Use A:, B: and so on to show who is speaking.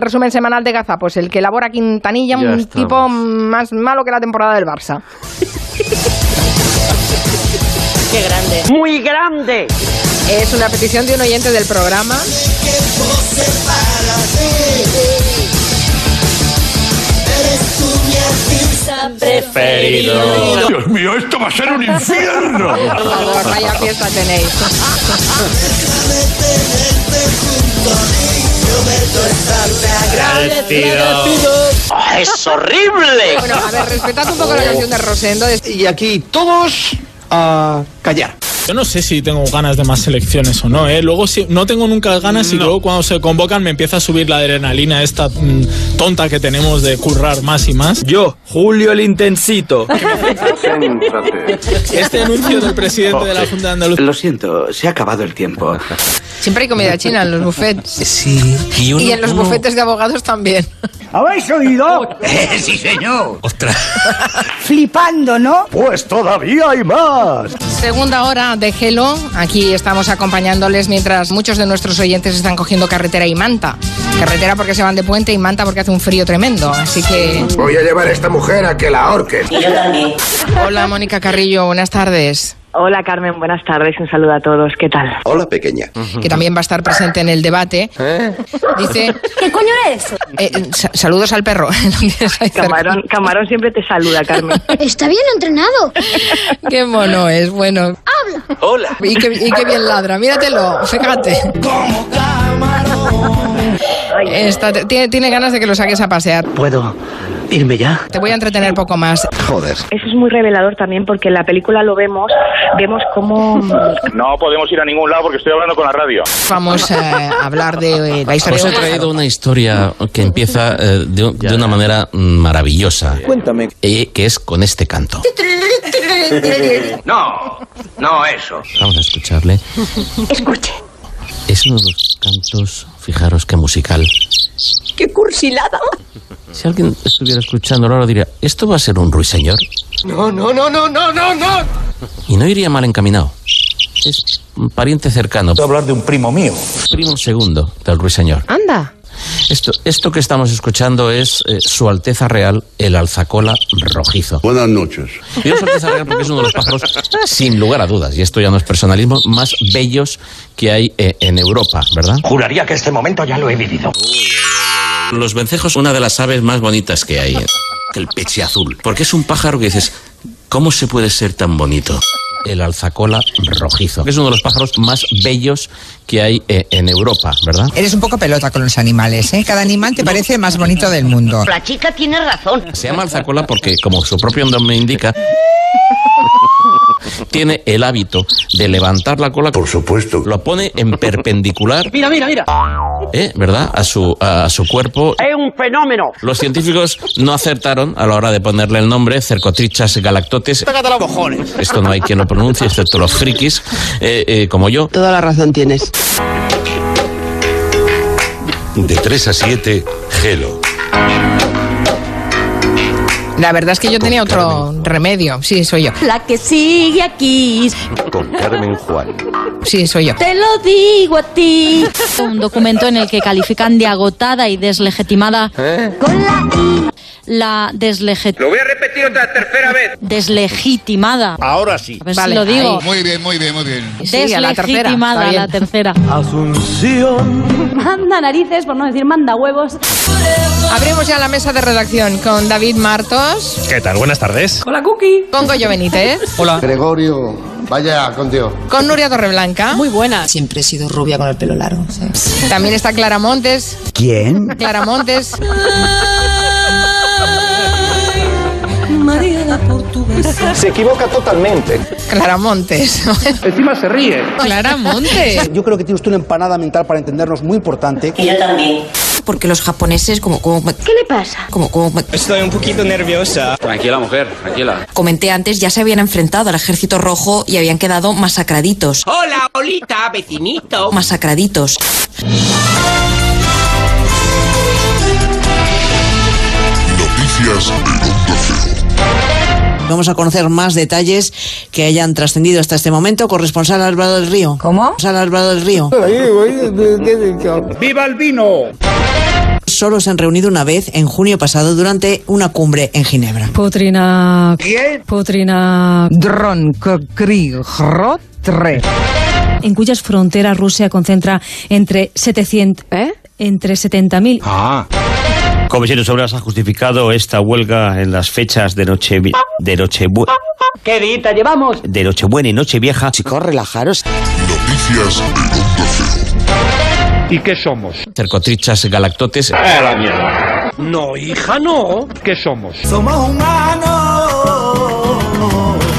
A: Resumen semanal de Gaza, pues el que elabora Quintanilla,
B: Ya
A: un
B: estamos.
A: tipo más malo que la temporada del Barça.
C: Qué grande.
D: Muy grande.
A: Es una petición de un oyente del programa.
C: Preferido.
B: Dios mío, esto va a ser un infierno.
A: Por favor, vaya fiesta tenéis.
D: Oh, es horrible.
A: Bueno, a ver, respetad un poco la canción de Rosendo. es-
E: Y aquí todos a callar.
F: Yo no sé si tengo ganas de más selecciones o no, ¿eh? Luego sí- no tengo nunca ganas y luego cuando se convocan me empieza a subir la adrenalina esta mm, tonta que tenemos de currar más y más.
G: Yo, Julio el Intensito.
F: Este anuncio del presidente de la Junta de Andalucía.
H: Lo siento, se ha acabado el tiempo.
A: Siempre hay comida china en los buffets.
G: Sí.
A: Y en los bufetes de abogados también.
D: ¿Habéis oído?
H: sí, señor.
G: Ostras.
D: Flipando, ¿no?
B: Pues todavía hay más.
A: Segunda hora de Hello. Aquí estamos acompañándoles mientras muchos de nuestros oyentes están cogiendo carretera y manta. Carretera porque se van de puente y manta porque hace un frío tremendo. Así que.
I: Voy a llevar a esta mujer a que la ahorquen.
C: Y yo también.
A: Hola, Mónica Carrillo. Buenas tardes.
D: Hola Carmen, buenas tardes, un saludo a todos, ¿qué tal?
I: Hola, pequeña.
A: Que también va a estar presente en el debate. Dice.
C: ¿Qué coño era eso?
A: eh, sa- saludos al perro. Lo tienes ahí cerca.
D: Camarón, Camarón siempre te saluda, Carmen.
J: Está bien entrenado.
A: Qué mono es, bueno.
H: Hola.
A: Y qué, y qué bien ladra. Míratelo, fíjate. Está- tiene, tiene ganas de que lo saques a pasear.
H: ¿Puedo irme ya?
A: Te voy a entretener poco más.
I: Joder.
D: Eso es muy revelador también porque en la película lo vemos, vemos cómo...
B: No podemos ir a ningún lado porque estoy hablando con la radio.
A: Vamos eh, a hablar de eh, la historia.
G: Os he traído una historia que empieza eh, de, de una manera mm, maravillosa. Cuéntame. que es con este canto.
H: No, no eso.
G: Vamos a escucharle. Escuche. Es uno de los cantos, fijaros qué musical.
C: ¡Qué cursilada!
G: Si alguien estuviera escuchándolo ahora diría, ¿esto va a ser un ruiseñor? No, no, no, no, no, no, no. Y no iría mal encaminado. Es un pariente cercano,
H: hablar de un primo mío.
G: primo segundo del ruiseñor.
A: Anda.
G: Esto, esto que estamos escuchando es eh, Su Alteza Real, el alzacola rojizo.
I: Buenas noches.
G: Digo Su Alteza Real porque es uno de los pájaros, sin lugar a dudas, y esto ya no es personalismo, más bellos que hay eh, en Europa, ¿verdad?
H: Juraría que este momento ya lo he vivido.
G: Los vencejos, una de las aves más bonitas que hay, eh, el peche azul, porque es un pájaro que dices, ¿cómo se puede ser tan bonito? El alzacola rojizo. Es uno de los pájaros más bellos que hay eh, en Europa, ¿verdad?
D: Eres un poco pelota con los animales, ¿eh? Cada animal te parece más bonito del mundo.
C: La chica tiene razón.
G: Se llama alzacola porque, como su propio nombre indica, tiene el hábito de levantar la cola,
I: Por supuesto.
G: lo pone en perpendicular,
D: Mira, mira, mira.
G: ¿eh? ¿verdad?, a su, a su cuerpo.
D: Es un fenómeno.
G: Los científicos no acertaron a la hora de ponerle el nombre, cercotrichas galactotes. Esto no hay quien lo pronuncie, excepto los frikis, eh, eh, como yo.
D: Toda la razón tienes.
I: De 3 a 7, Gelo.
A: La verdad es que yo tenía otro remedio. Sí, soy yo.
C: La que sigue aquí.
I: Con Carmen Juan.
A: Sí, soy yo.
C: Te lo digo a ti.
J: Un documento en el que califican de agotada y deslegitimada
A: ¿Eh?
J: con la I, la deslegi-
H: Lo voy a repetir otra tercera vez.
J: deslegitimada.
B: Ahora sí.
J: A ver
A: Vale,
J: si lo digo.
A: ahí.
I: Muy bien, muy bien, muy bien.
A: Sí, a la tercera,
J: deslegitimada
A: está
J: la
A: bien.
J: tercera.
C: Manda narices, por no decir manda huevos.
A: Abrimos ya la mesa de redacción con David Martos,
B: ¿Qué tal? Buenas tardes.
C: Hola, Cookie.
A: con Goyo Benítez,
I: Gregorio, vaya contigo.
A: con Nuria Torreblanca.
C: Muy buena.
D: Siempre he sido rubia con el pelo largo.
A: También está Clara Montes.
H: ¿Quién?
A: Clara Montes.
C: María la portuguesa.
E: Se equivoca totalmente.
A: Clara Montes.
E: Encima se ríe.
A: Clara Montes.
E: Yo creo que tiene usted una empanada mental para entendernos muy importante.
C: Y yo también.
D: Porque los japoneses, como, como,
J: ¿Qué le pasa?
D: como, como
F: Estoy un poquito nerviosa.
G: Tranquila, mujer, tranquila.
D: comenté antes, ya se habían enfrentado al ejército rojo y habían quedado masacraditos.
C: Hola, Olita, vecinito.
D: Masacraditos.
I: Noticias en Onda Cero.
D: Vamos a conocer más detalles que hayan trascendido hasta este momento. Corresponsal Álvaro del Río. ¿Cómo? Corresponsal Álvaro del Río.
E: ¡Viva el vino!
K: solo se han reunido una vez en junio pasado durante una cumbre en Ginebra.
A: Potrina. ¿Quién? Potrina. Dron. En cuyas fronteras Rusia concentra entre 700. Entre 70.000.
B: Ah. Comisiones Obras ha justificado esta huelga en las fechas de noche de Nochebue-
L: ¿Qué dita llevamos?
B: de Nochebuena y Nochevieja. Chicos, relajaros.
M: Noticias
G: ¿Y qué somos? Cercotrichas, galactotes.
N: No, hija, no. ¿Qué somos? Somos humanos.